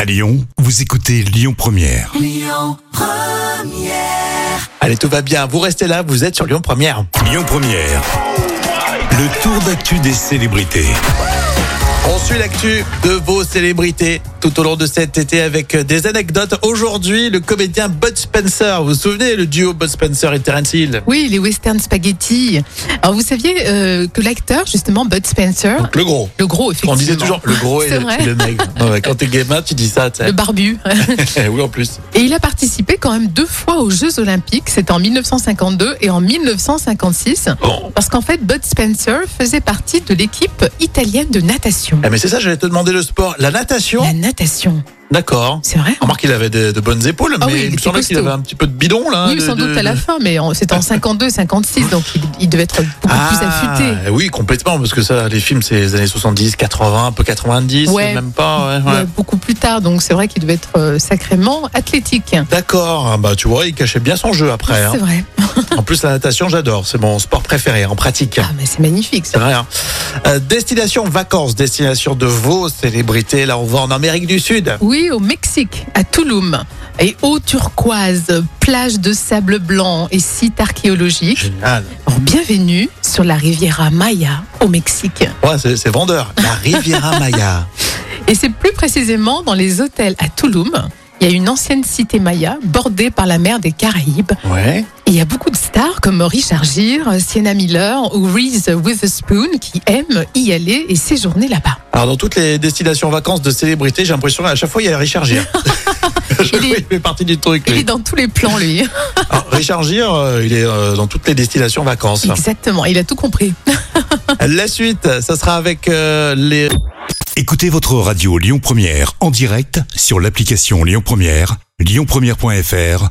À Lyon, vous écoutez Lyon Première. Allez, tout va bien. Vous restez là, vous êtes sur Lyon Première. Lyon Première. Le tour d'actu des célébrités. On suit l'actu de vos célébrités tout au long de cet été avec des anecdotes. Aujourd'hui, le comédien Bud Spencer. Vous vous souvenez le duo Bud Spencer et Terence Hill Oui, les western spaghetti. Alors, vous saviez euh, que l'acteur, justement, Bud Spencer, Le gros. le gros, effectivement. On disait toujours le gros et C'est le, vrai. puis le maigre. Ouais, ouais, quand t'es gamin, tu dis ça. tu sais. Eh Le barbu. oui, en plus. Et il a participé quand même deux fois aux Jeux Olympiques. C'était en 1952 et en 1956. Parce qu'en fait, Bud Spencer faisait partie de l'équipe italienne de natation. Ah, mais c'est ça, j'allais te demander le sport. La natation, La natation, d'accord. c'est vrai hein. Remarque qu'il avait de, de bonnes épaules, Ah mais oui, il il me était semblait qu'il costaud. avait un petit peu de bidon là. Oui, de- Ah sans bah, de- doute à la de- fin, mais en- c'était en 52, 56, donc il, il devait être beaucoup plus Ah, affûté. oui, complètement, parce que ça, les films, c'est les années 70, 80, un peu 90, Ouais. même pas. ouais, ouais. Ouais, beaucoup plus tard, donc c'est vrai qu'il devait être euh, sacrément athlétique. D'accord, Ah bah tu vois, il cachait bien son jeu après. hein. C'est vrai. En plus, la natation, j'adore, c'est mon sport préféré en pratique. Ah, mais c'est magnifique C'est ça. vrai. hein. Euh, destination vacances, destination de vos célébrités. Là, on va en Amérique du Sud. Oui, au Mexique, à Tulum. Et eau turquoise, plage de sable blanc et site archéologique. Génial. Alors, bienvenue sur la Riviera Maya au Mexique. Ouais, c'est c'est vendeur. La Riviera Maya. Et c'est plus précisément dans les hôtels à Tulum. Il y a une ancienne cité maya bordée par la mer des Caraïbes. Ouais. Et il y a beaucoup de stars comme Richard Gere, Sienna Miller ou Reese Witherspoon qui aiment y aller et séjourner là-bas. Alors, dans toutes les destinations vacances de célébrités, j'ai l'impression qu'à chaque fois, il y a Richard Gere. À chaque Il est- fois, il fait partie du truc. Il lui. est dans tous les plans, lui. Alors, Richard Gere, euh, il est euh, dans toutes les destinations vacances. Exactement, il a tout compris. La suite, ça sera avec euh, les. Écoutez votre radio Lyon Première en direct sur l'application Lyon Première, lyonpremière.fr